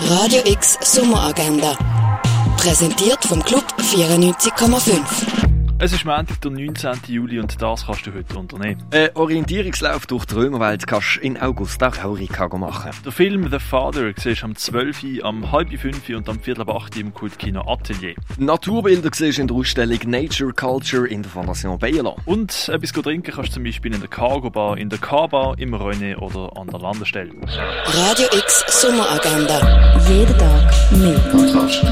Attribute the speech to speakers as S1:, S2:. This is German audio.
S1: Radio X Sommeragenda. Präsentiert vom Club 94,5.
S2: Es ist Montag, der 19. Juli und das kannst du heute unternehmen.
S3: Ein Orientierungslauf Äh, durch die Römerwelt kannst du in August auch Raurica machen.
S2: Der Film «The Father» siehst du am 12., Uhr, am halb 5 Uhr und am viertel ab 8 Uhr im Kultkino Atelier.
S3: Naturbilder siehst du in der Ausstellung Nature Culture in der Fondation Bayerland.
S2: Und etwas gut trinken kannst du zum Beispiel in der Cargo Bar, in der K-Bar, im Rhône oder an der Landestelle.
S1: Radio X Sommeragenda. Jeden Tag mehr.
S4: Kontrast.